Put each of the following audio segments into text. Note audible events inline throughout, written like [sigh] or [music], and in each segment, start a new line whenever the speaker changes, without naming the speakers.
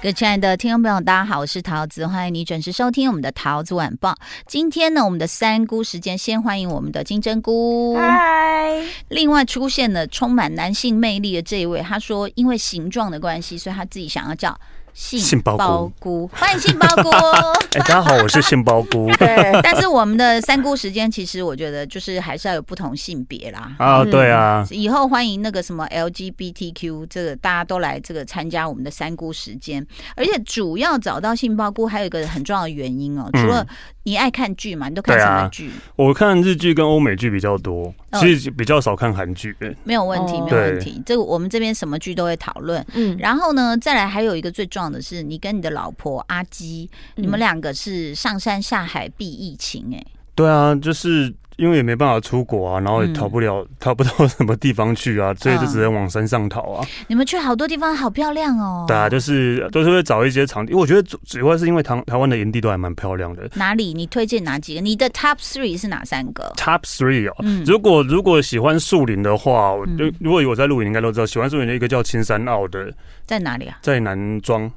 各位亲爱的听众朋友，大家好，我是桃子，欢迎你准时收听我们的桃子晚报。今天呢，我们的三姑时间，先欢迎我们的金针
嗯
菇。
嗨，
另外出现了充满男性魅力的这一位，他说因为形状的关系，所以他自己想要叫杏
杏鲍菇
鲍菇，欢迎杏鲍
[laughs]
菇。
哎、大家好，我是杏鲍菇
[laughs] 对，
但是我们的三姑时间，其实我觉得就是还是要有不同性别啦。
啊，对啊，
以后欢迎那个什么 LGBTQ，这个大家都来这个参加我们的三姑时间，而且主要找到杏鲍菇还有一个很重要的原因哦，除了你爱看剧嘛，你都看
对
什
啊
么剧？
我看日剧跟欧美剧比较多，
嗯
其实比较少看韩剧、
没有问题，
哦
没有问题。这个我们这边什么剧都会讨论。
嗯，
然后呢，再来还有一个最重要的是，你跟你的老婆阿基，你们两个是上山下海避疫情、哎，
对啊，就是因为也没办法出国啊，然后
嗯
也逃不了，逃不到什么地方去啊，所以就只能往山上逃啊。
你们去好多地方，好漂亮哦。
对啊，就是都是会找一些场地，我觉得主主要是因为台台湾的营地都还蛮漂亮的。
哪里？你推荐哪几个？你的 Top Three 是哪三个？
Top three 哦，
嗯
如果如果喜欢树林的话，我就如果有在露营，应该都知道，喜欢树林的一个叫青山澳的，
在哪里啊？哦
在南庄，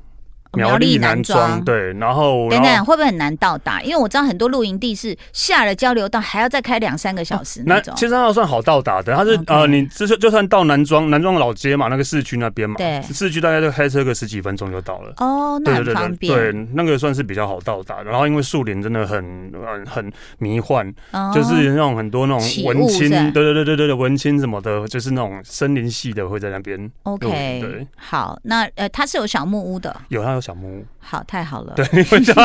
苗栗南庄
对，然后
等
然后
等，会不会很难到达？因为我知道很多露营地是下了交流道还要再开两三个小时那
南
种。
千山澳算好到达的，它是
OK
呃，你就算就算到南庄，南庄老街嘛，那个市区那边嘛，
对
市区大概就开车个十几分钟就到了。
哦，那
对
很
对
方
对
便。
对，对那个算是比较好到达。然后因为树林真的很很很迷幻，
哦
就是那种很多那
起
种
雾
文
是
青，
吧
对对对对对对，文青什么的，就是那种森林系的会在那边。
OK，
对，
好，那呃，它是有小木屋的，
有它有小木屋，
好，太好了。
对，你会想，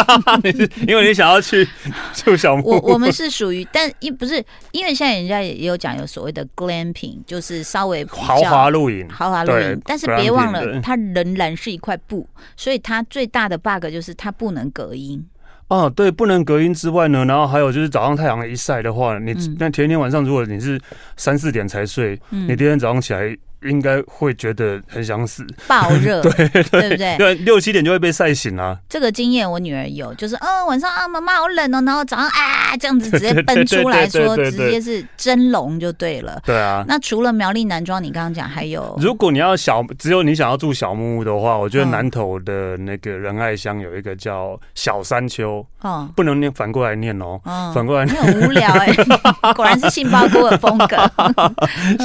你是因为你想要去住小木
我
屋，
我们是属于，但一不是，因为现在人家也有讲有所谓的 glamping，就是稍微比较
豪华露营，
豪华露
对
营，但是别忘
，glamping，
了
对
它仍然是一块布，所以它最大的 bug 就是它不能隔音。
哦，对，不能隔音之外呢，然后还有就是早上太阳一晒的话，你
嗯
那前一天晚上如果你是三四点才睡，
嗯
你第二天早上起来应该会觉得很想死，
爆热，对不对？
[laughs] 对，六七点就会被晒醒啦、啊。
这个经验我女儿有，就是嗯，晚上啊，妈妈好冷哦，然后早上啊，这样子直接奔出来
对对
说，
对对
直
对
接是蒸笼就对了。
对啊，
那除了苗栗男装，你刚刚讲还有
如果你要小，只有你想要住小木屋的话，我觉得
嗯
南投的那个仁爱乡有一个叫小山丘，
哦，
不能念反过来念哦，
嗯
反过来
你很无聊哎、
[laughs]
果然是杏鲍菇的风格。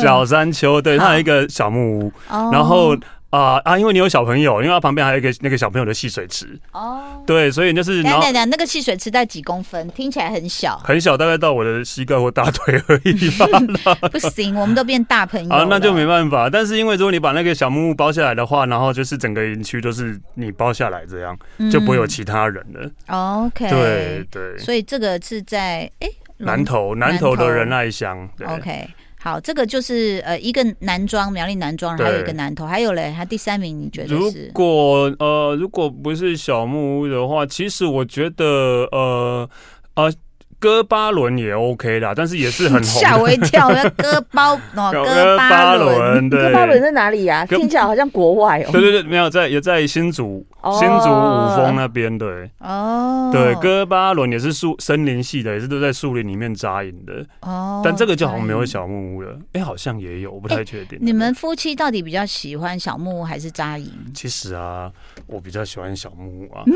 小山丘，对，它
好
有一个小木屋，
嗯哦
[laughs] 然后啊、啊，因为你有小朋友，因为它旁边还有一个那个小朋友的戏水池，
哦，
对，所以就是
等一
然
下
后，
等。一下，那个汽水池在几公分？听起来很小
[laughs] 很小，大概到我的膝盖或大腿而已
[laughs]
吧。
不行，我们都变大朋友了。
啊，那就没办法。但是因为如果你把那个小木屋包下来的话，然后就是整个营区都是你包下来，这样就不会有其他人了。
嗯 OK。
对，对，
嗯所以这个是在哎
南投
南
南
投
投的仁爱乡，对，
OK，好，这个就是呃一个男装，苗栗男装，
对
还有一个南投，还有嘞，他第三名你觉得
如
是？
果呃，如果不是小木屋的话，其实我觉得呃呃，哥巴伦也 OK 啦，但是也是很红
吓我一跳，要割
[laughs]
包哦，割巴伦。，
哥巴伦
对。
在哪里呀？
哥
听起来好像国外哦。
对对对，没有在也在新竹，
哦
新竹五峰啊那边，对
哦，
对，哥巴伦也是树森林系的，也是都在树林里面扎营的，
哦，
但这个就好像没有
扎营。
小木屋了，哎，好像也有，我不
哎
太确定。
你们夫妻到底比较喜欢小木屋还是扎
[laughs]
营？
其实啊，我比较喜欢小木屋啊，
嗯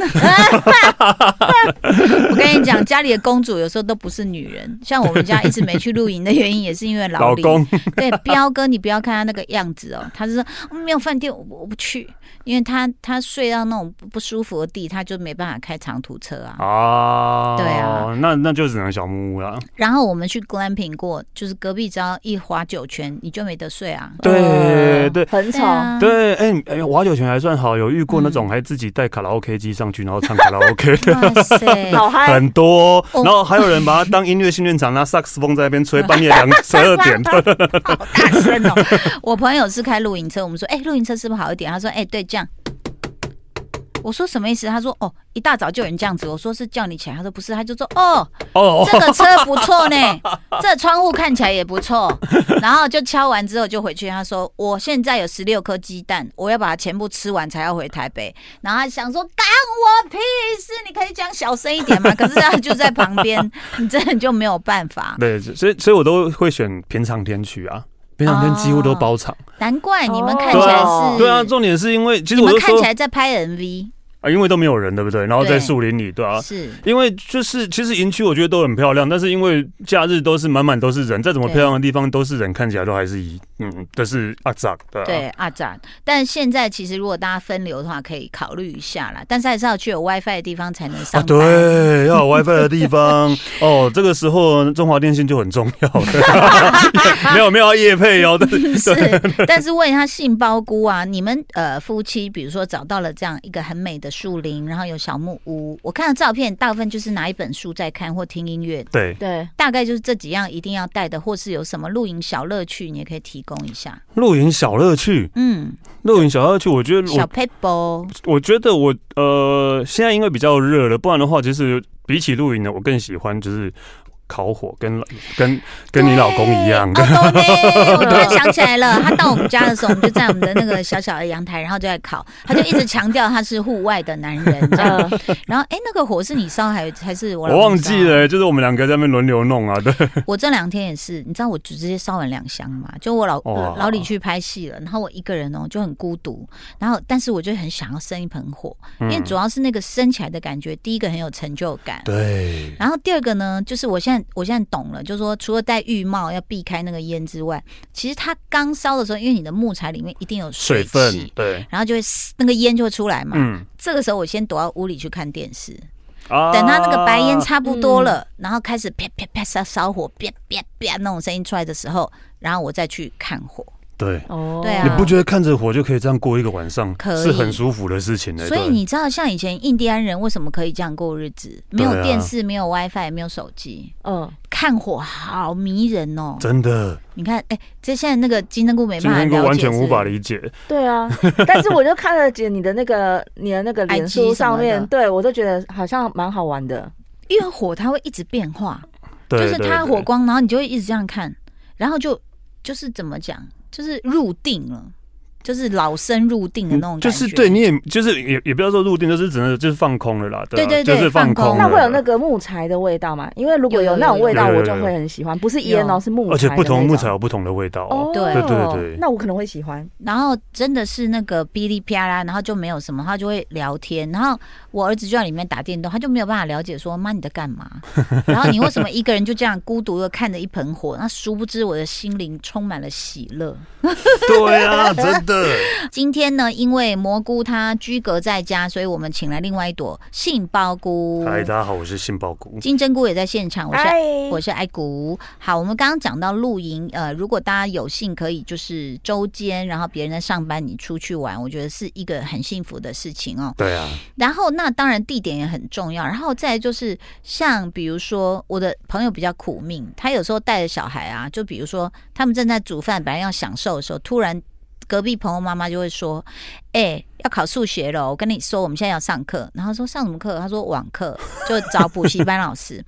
我跟你讲，家里的公主有时候都不是女人。像我们家一直没去露营的原因，也是因为
老
李
公
对，彪哥，你不要看他那个样子哦，他是说、嗯没有饭店，我不我不去，因为他他睡到那种不不舒服的地，他就没办法开长途车啊。
啊，
对啊，嗯
那那就只能小木屋了。
然后我们去 glamping 过，就是隔壁只要一划九圈，你就没得睡啊。
对对
对
很吵。
啊，
对，哎哎，划酒泉还算好，有遇过那
嗯
种还自己带卡拉 OK 机上去，然后唱卡拉 OK
[laughs]
的。
哇
[laughs]
塞，
好嗨，
很多，
哦
然后还有人把它当音乐训练场，拿萨克斯风在那边吹，半夜两十
[laughs]
二点。
好大声 [laughs] 哦！我朋友是开露营车，我们说，哎、露营车是不是好一点？他说，哎、对，这样。我说什么意思？他说哦，一大早就有人这样子。我说是叫你起来，他说不是，他就说哦，
哦，
这个车不错
[laughs]
呢，这窗户看起来也不错。然后就敲完之后就回去，他说我现在有十六颗鸡蛋，我要把它全部吃完才要回台北。然后他想说干我屁事，你可以讲小声一
[laughs]
点嘛。可是他就在旁边，你真的就没有办法。
对，所以所以我都会选平常天去啊，平常天几乎
哦
都包场。
难怪你们看起来
哦
是，
对啊，重点是因为其实
你
我
们
就
看
说
起来在拍 MV，
啊，因为都没有人，对不对？然后在
对
树林里，对啊。
是
因为就是，其实营区我觉得都很漂亮，但是因为假日都是满满都是人，再怎么
对
漂亮的地方都是人，看起来都还是一嗯，都是阿啊杂的、
对，阿展。但现在其实如果大家分流的话，可以考虑一下啦。但是还是要去有 WiFi 的地方才能
啊，
上班。
对，要有 WiFi 的地方哦。这个时候中华电信就很重要 [laughs] 了，没有没有要夜配哦，但 [laughs] 是
是，但是问一下杏鲍菇啊，你们呃夫妻，比如说找到了这样一个很美的树林，然后有小木屋，我看到照片，大部分就是拿一本书在看或听音乐，
对。
对，
大概就是这几样一定要带的，或是有什么露营小乐趣，你也可以提供一下。
露营小乐趣，
嗯，
露营小乐趣，我觉得
小
我
paper
我觉得我呃，现在因为比较热了，不然的话，其实比起露营呢，我更喜欢就是烤火，跟跟跟你老公一样 [laughs]
对哦，对，我突然想起来了，他到我们家的时候，我们就在我们的那个小小的阳台，然后就在烤，他就一直强调他是户外的男
[laughs]
人这样。 [laughs]
嗯，
然后，哎，那个火是你烧还还是我？
我忘记了、。就是我们两个在那边轮流弄啊，对，
我这两天也是，你知道我直接烧完两箱嘛？就我老、呃
哇
老李去拍戏了，然后我一个人哦就很孤独，然后但是我就很想要生一盆火，
嗯
因为主要是那个升起来的感觉，第一个很有成就感。
对，
然后第二个呢，就是我现在我现在懂了，就是说除了戴浴帽要避开那个烟之外，其实它刚烧的时候，因为你的木材里面一定有
水
气
分，对，
然后就会嘶那个烟就会出来嘛。
嗯，
这个时候我先躲到屋里去看电视，
啊
等它那个白烟差不多了，然后开始啪啪啪烧烧火，啪啪啪那种声音出来的时候，然后我再去看火。
对。
哦
对啊
你不觉得看着火就可以这样过一个晚上，
可以
是很舒服的事情呢、欸
所以
对
你知道，像以前印第安人为什么可以这样过日子？没
啊
有电视，没有 WiFi，没有手机，
嗯，
看火好迷人哦。
真的，
你看，哎、这现在那个金针菇没
金
办法
针菇
了
完
解，
全无法
是不是
理解。
对啊，但是我就看了姐你的那个你的那个脸
IG 什么
书
的
上面，对我都觉得好像蛮好玩的，
因为火它会一直变化，
对，
就是它
对
火，光，然后你就会一直这样看，然后就就是怎么讲，就是入定了，就是老生入定的
对
那种感觉。
就是对，你也就是也也不要说入定，就是只能就是放空了啦，啊
对对对
就是
放
空
空
了。
那会有那个木材的味道吗？因为如果
有有
有那种味道，
有有有
我就会很喜欢，不是烟
有
哦，是木材，
而且不同木材。有不同的味道
哦
哦，，
对
对对对
那我可能会喜欢。
然后真的是那个哔哩啪啦，然后就没有什么，他就会聊天。然后我儿子就在里面打电动，他就没有办法了解说妈你在干嘛， [laughs] 然后你为什么一个人就这样孤独的看着一盆火？那殊不知我的心灵充满了喜乐。
[laughs] 对啊，真的。
今天呢，因为蘑菇它居隔在家，所以我们请来另外一朵杏鲍菇。
嗨，大家好，我是杏鲍菇。
金针菇也在现场，我是
嗨
我是爱谷。好，我们刚刚讲到露营，呃，如果大家有幸可以就是周间，然后别人在上班，你出去玩，我觉得是一个很幸福的事情哦。
对啊，
然后那当然地点也很重要，然后再来就是像比如说我的朋友比较苦命，他有时候带着小孩啊，就比如说他们正在煮饭，本来要享受的时候，突然隔壁朋友妈妈就会说：“哎、要考数学了，我跟你说，我们现在要上课。”然后说上什么课？他说网课，就找补习班老师。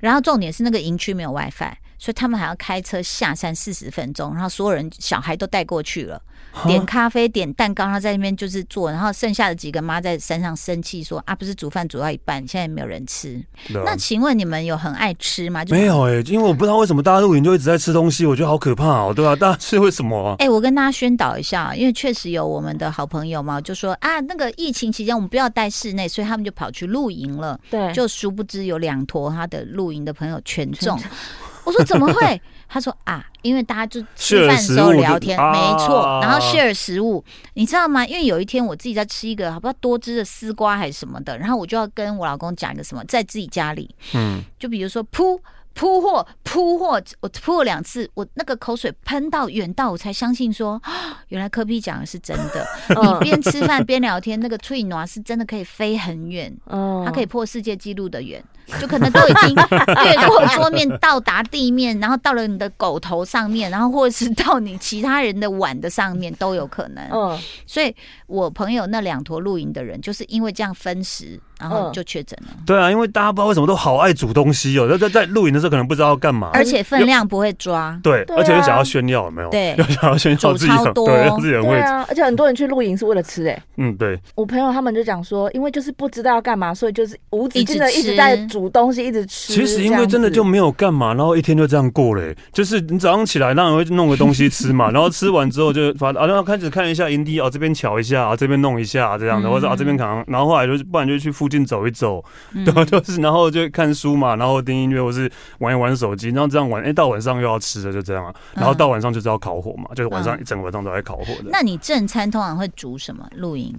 然后重点是那个营区没有 WiFi，所以他们还要开车下山四十分钟，然后所有人小孩都带过去了。
啊
点咖啡、点蛋糕，然后在那边就是做，然后剩下的几个妈在山上生气说：“啊，不是煮饭煮到一半，现在没有人吃。
对啊
那请问你们有很爱吃吗？就是
没。有哎、因为我不知道为什么大家露营就一直在吃东西，我觉得好可怕哦，对吧、大家是为什么
[laughs]
啊？
哎、我跟大家宣导一下，因为确实有我们的好朋友嘛，就说啊，那个疫情期间我们不要待室内，所以他们就跑去露营了。
对，
就殊不知有两坨他的露营的朋友全中。 [laughs] 我说怎么会？他说啊，因为大家就吃
Share
饭的时候
食物
聊
就
天，
啊
没错。然后 share 食物，你知道吗？因为有一天我自己在吃一个好不知道多汁的丝瓜还是什么的，然后我就要跟我老公讲一个什么，在自己家里，
嗯，
就比如说噗铺货铺货，我铺了两次，我那个口水喷到远到，我才相信说，啊原来科比讲的是真的。你
嗯
边吃饭边聊天，那个翠暖是真的可以飞很远，
嗯
它可以破世界纪录的远，就可能都已经越过桌面，到达地面，然后到了你的狗头上面，然后或者是到你其他人的碗的上面都有可能。
嗯
所以我朋友那两坨露营的人，就是因为这样分食，然后
嗯
就确诊了，
对啊，因为大家不知道为什么都好爱煮东西哦，在在在露营的时候可能不知道要干嘛，
而且分量不会抓。
对，
对啊
而且又想要炫耀，有没有？
对
又 [laughs] 想要炫耀自己
煮超
很
多
对，让自己很
对
会吃，
啊，而且很多人去露营是为了吃哎、
嗯，对，
我朋友他们就讲说，因为就是不知道要干嘛，所以就是无止境的
一直
一
吃
直在煮东西，一直吃。
其实因为真的就没有干嘛，然后一天就这样过了、欸就是你早上起来，当然会弄个东西吃嘛，然 [laughs] 后吃完之后就发啊，然后开始看一下营地啊，这边瞧一下啊，这边弄一下、这样的，
嗯
或者啊这边扛，然后后来就是不然就去附近走一走，
嗯
然后 [laughs] 就是然后就看书嘛，然后听音乐或是玩一玩手机，然后这样玩，哎、到晚上又要吃了，就这样啊，然后到晚上就是要烤火嘛，就是晚上
嗯
一整个晚上都在烤火的。
那你正餐通常会煮什么？露营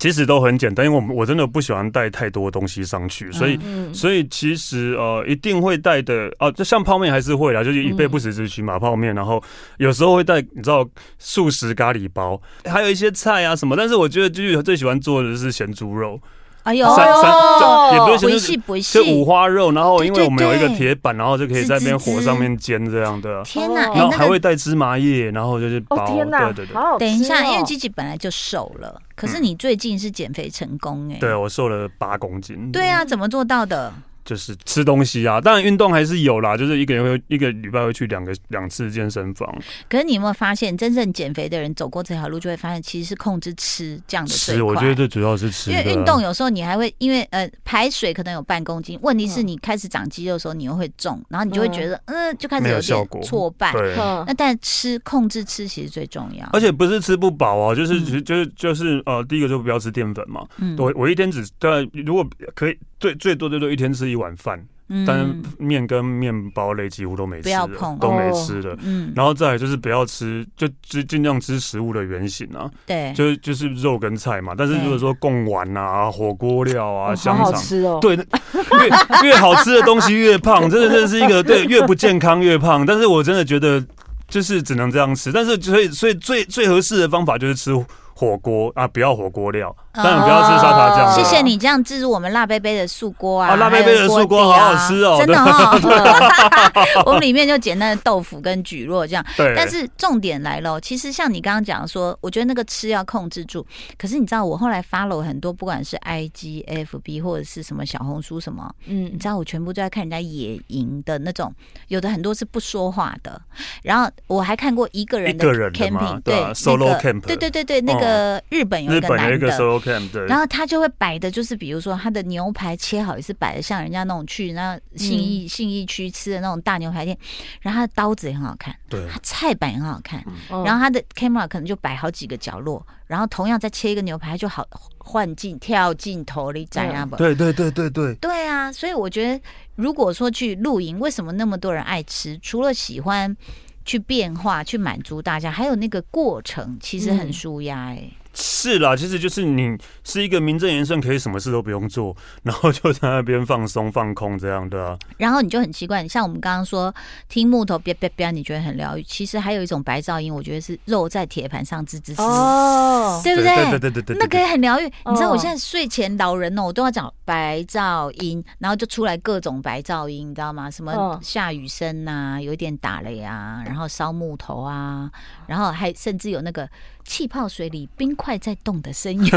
其实都很简单，因为我们我真的不喜欢带太多东西上去，所以
嗯
所以其实呃，一定会带的啊，就像泡面还是会啦，就是以备不时之需嘛，泡面。然后有时候会带，你知道素食咖喱包，还有一些菜啊什么。但是我觉得就是最喜欢做的是咸猪肉，
哎呦，
三三
哦
就也不
不
是
是
咸
不
猪，就
是，
五花肉。然后因为我们有一个
对对对
铁板，然后就可以在那边
滋滋滋
火上面煎这样的。
天哪！
哦
哎
然后，还
那
会
个
带芝麻叶，然后就是包。
哦天哪，
对对对，
好好吃哦
等一下，因为吉吉本来就瘦了，可是你最近是减肥成功哎。
嗯对我瘦了八公斤。
对啊，怎么做到的？
就是吃东西啊，当然运动还是有啦，就是一个人会一个礼拜会去两个两次健身房，
可是你有没有发现，真正减肥的人走过这条路，就会发现其实是控制吃这样的最
吃我
快
觉得最主要是吃
因
的啊，
为运动有时候你还会因为呃排水可能有半公斤，问题是
嗯
你开始长肌肉的时候你又会重，然后你就会觉得嗯、就开始
没有效
点
果
挫败。
对。
嗯
那但吃控制吃其实最重要，
而且不是吃不饱哦，就是
嗯
就是就是呃，第一个就不要吃淀粉嘛。
嗯
我我一天只对，如果可以最最多最多一天吃一碗饭，
嗯
但是面跟面包类几乎都没吃
不
了
要碰
都没
哦
吃的。
嗯
然后再来就是不要吃，就尽尽量吃食物的原型啊，
对，
就是就是肉跟菜嘛。但是如果说贡丸啊、火锅料啊、
哦
香
好好
肠，
吃哦。
对，那越越好吃的东西越胖，真的真的是一个对越不健康越胖。但是我真的觉得就是只能这样吃，但是所以所以最最合适的方法就是吃火锅啊，不要火锅料，当然不要吃沙茶酱、
哦
哦谢谢。你这样置入我们辣杯杯的素锅啊，
啊
还
辣杯
有
杯的素锅
底啊
好好吃哦
真的哦。 [laughs] 我们里面就简单的豆腐跟蒟蒻这样，
对，
但是重点来了哦，其实像你刚刚讲说，我觉得那个吃要控制住。可是你知道，我后来 follow 很多，不管是 IG、FB 或者是什么小红书什么，你
嗯，
知道我全部都在看人家野营的那种，有的很多是不说话的。然后我还看过一个人的
一个人的嘛
camping，
对啊
那个
solo camp
对对对对，那个日本有一
日
个
本有一
男
个
的。
solo camp，对，
然后他就会摆的，就是比如说他的牛排切好也是摆的像人家那种去那信
嗯
义、信义区吃的那种大牛排店，然后他的刀子也很好看，
对
他菜板也很好看，
嗯
然后他的 camera 可能就摆好几个角落，然后同样再切一个牛排就好换镜跳镜头里展啊不？
对对对对对，
对啊，所以我觉得如果说去露营，为什么那么多人爱吃？除了喜欢去变化、去满足大家，还有那个过程其实很
嗯
舒压哎、
是啦，其实就是你是一个名正言顺可以什么事都不用做，然后就在那边放松放空这样的、啊，
然后你就很奇怪，像我们刚刚说听木头啪啪啪，你觉得很疗愈，其实还有一种白噪音，我觉得是肉在铁盘上吱吱吱，
哦，
对不
对对对对对，
那个也很疗愈。你知道
哦
我现在睡前老人哦，我都要讲白噪音，然后就出来各种白噪音，你知道吗？什么
嗯
下雨声呐、有一点打雷啊，然后烧木头啊，然后还甚至有那个气泡水里冰块在动的声音。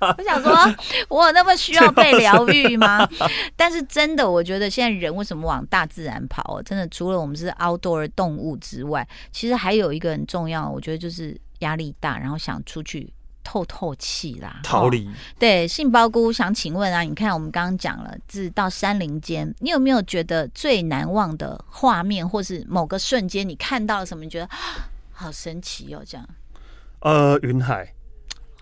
我想说，我有那么需要被疗愈吗？
[laughs]
但是真的，我觉得现在人为什么往大自然跑哦？真的，除了我们是 outdoor 动物之外，其实还有一个很重要，我觉得就是压力大，然后想出去透透气
[laughs]
啦。
逃离。
对，杏鲍菇想请问啊，你看我们刚刚讲了，是到山林间，你有没有觉得最难忘的画面，或是某个瞬间你看到了什么，你觉得啊好神奇哦？这样
呃，云海，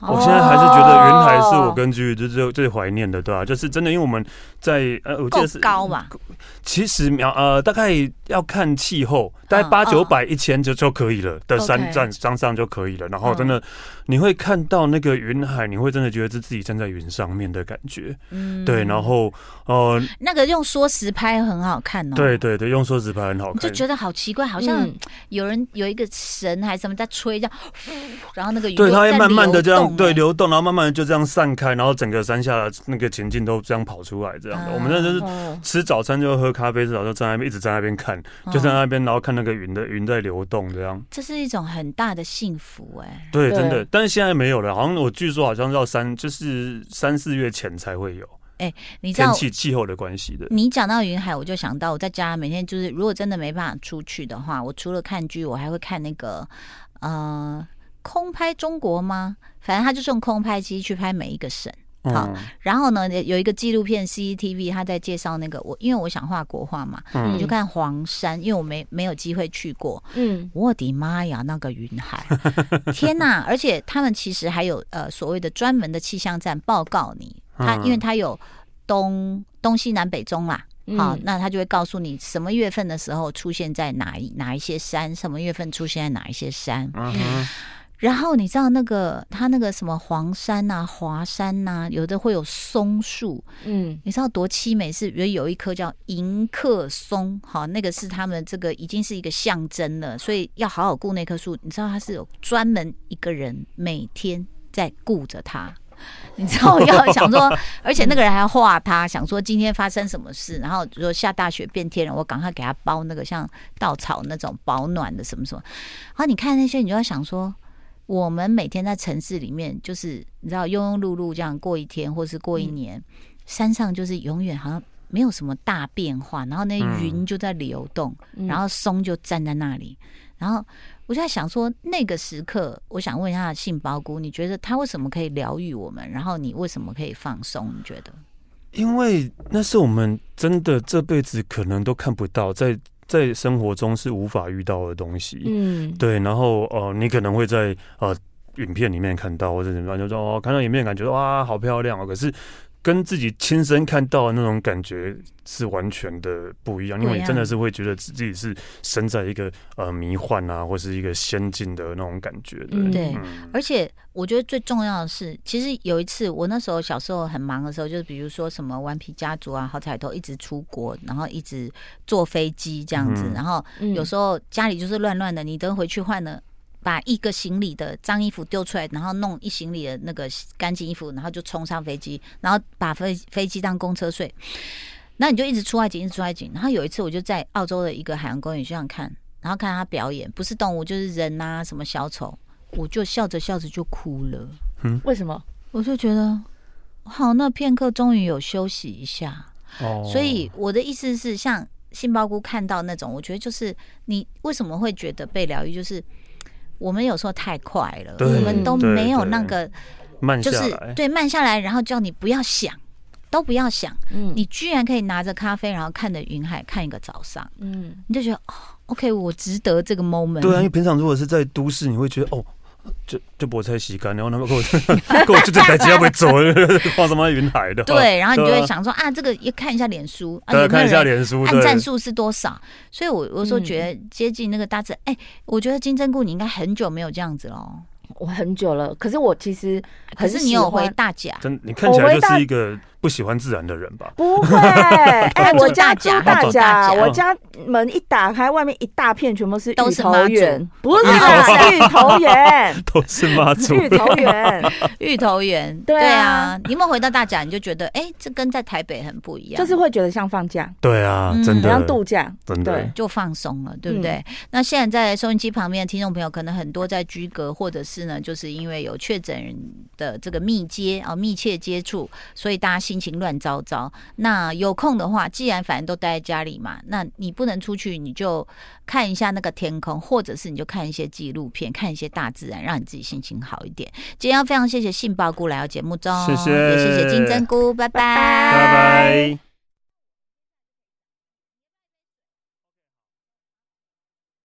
我现在还是觉得
哦
云海是我跟居宇最最最怀念的，对吧、啊就是真的，因为我们在呃，我记
够
得是
高啊嘛，
其实苗呃，大概要看气候，大概
嗯
八九
嗯
百、一千就就可以了的
OK
山站山上就可以了。然后
嗯
真的，你会看到那个云海，你会真的觉得是自己站在云上面的感觉。
嗯，
对，然后呃，
那个用缩时拍很好看哦，
对对对，用缩纸牌很好
你就
看。
觉得好奇怪，好
好
像有人有一个神还是什么在吹，这样， [laughs] 然后那个雨
对，它
它
会慢慢的这样
欸哎
对流动，然后慢慢的就这样散开，然后整个山下的那个情境都这样跑出来，这样
嗯
的。我们那就是
哦，
吃早餐就喝咖啡，吃早餐就站在那边一直站在那边看，就在那边，然后看那个云的云在流动这样。
这是一种很大的幸福哎、
对，
对
真的，但是现在没有了，好像我据说好像要三，就是三四月前才会有
你知
天
道，
气气候的关系的。
你讲到云海，我就想到我在家每天就是，如果真的没办法出去的话，我除了看剧，我还会看那个呃空拍中国吗？反正他就是用空拍机去拍每一个省。好
嗯，
然后呢，有一个纪录片 CCTV，他在介绍那个我，因为我想画国画嘛，
嗯
你就看黄山，因为我没没有机会去过，
嗯，
我的妈呀，那个云海， [laughs] 天呐！而且他们其实还有呃所谓的专门的气象站报告你，它
嗯
因为它有东东西南北中啦。
嗯
好、那它就会告诉你什么月份的时候出现在哪一哪一些山，什么月份出现在哪一些山。
嗯哼
然后你知道那个它那个什么黄山呐、华山呐、有的会有松树，
嗯，
你知道多凄美是，比如有一棵叫迎客松，好，那个是他们这个已经是一个象征了，所以要好好顾那棵树。你知道他是有专门一个人每天在顾着它。 [laughs] 你知道我要想说，而且那个人还画他，想说今天发生什么事，然后如果下大雪变天了，我赶快给他包那个像稻草那种保暖的什么什么。然后你看那些，你就要想说，我们每天在城市里面，就是你知道庸庸碌碌这样过一天，或是过一
嗯
年，山上就是永远好像没有什么大变化，然后那
嗯
云就在流动，
嗯
然后松就站在那里，然后我就在想说，那个时刻，我想问一下杏鲍菇，你觉得它为什么可以疗愈我们？然后你为什么可以放松？你觉得？
因为那是我们真的这辈子可能都看不到，在在生活中是无法遇到的东西。
嗯，
对，然后呃，你可能会在呃影片里面看到或者怎么样，就说哦，看到影片感觉哇，好漂亮哦，可是。跟自己亲身看到的那种感觉是完全的不一样，因
不一
为
样
你真的是会觉得自己是身在一个呃迷幻啊，或是一个仙境的那种感觉的。
嗯
对
嗯
而且我觉得最重要的是，其实有一次我那时候小时候很忙的时候，就是比如说什么顽皮家族啊、好彩头一直出国，然后一直坐飞机这样子，
嗯
然后有时候家里就是乱乱的，你等回去换了。把一个行李的脏衣服丢出来，然后弄一行李的那个干净衣服，然后就冲上飞机，然后把飞飞机当公车睡。那你就一直出外景，一直出外景。然后有一次，我就在澳洲的一个海洋公园去上看，然后看他表演，不是动物就是人啊，什么小丑，我就笑着笑着就哭了。
为什么？
我就觉得，好，那片刻终于有休息一下。
哦
所以我的意思是，像杏鲍菇看到那种，我觉得就是你为什么会觉得被疗愈，就是我们有时候太快了，
对
我们都
对
没有
对
那个，
慢
就
下
是
来，
对慢下来，然后叫你不要想，都不要想，
嗯，
你居然可以拿着咖啡，然后看着云海看一个早上，
嗯，
你就觉得哦，OK，我值得这个 moment。
对啊，因为平常如果是在都市，你会觉得哦。就就菠菜洗干，然后 [laughs] 他们给我给我就这台机要不会走， [laughs] 放什么云海
[laughs]
的。
对，然后你就
对
会
啊
想说啊，这个也看一下脸书啊，
大家
有没
看一
有
下
人
脸书，
按
对嗯
赞数是多少？所以我，我说觉得接近那个大自然，哎、我觉得金针菇你应该很久没有这样子喽。
我很久了，可是我其实
可
很
是你
喜
有回
欢
大甲，
真，你看起来就是一个不喜欢自然的人吧？，
[laughs]
不会，哎，
住
我家
大甲
住大
他住大
甲，
甲
我家门一打开，外面一大片全部是
都
芋
是
头
妈祖
园，不是
啊
芋头园
[laughs]
都是妈祖。
芋头园，
芋头 [laughs] 园，
对啊
你有没有回到大甲，你就觉得，哎、这跟在台北很不一样，
就是会觉得像放假，
对啊
嗯，
真
很像
的，
度假，
真的
对。
就放松了，对不对？那现在在收音机旁边的听众朋友，可能很多在居隔，或者是呢，就是因为有确诊的这个密接啊、密切接触，所以大家心情乱糟糟。那有空的话，既然反正都待在家里嘛，那你不能出去，你就看一下那个天空，或者是你就看一些纪录片，看一些大自然，让你自己心情好一点。今天要非常谢谢杏鲍菇来到节目中，
谢谢
也谢谢金针菇，拜拜
拜拜。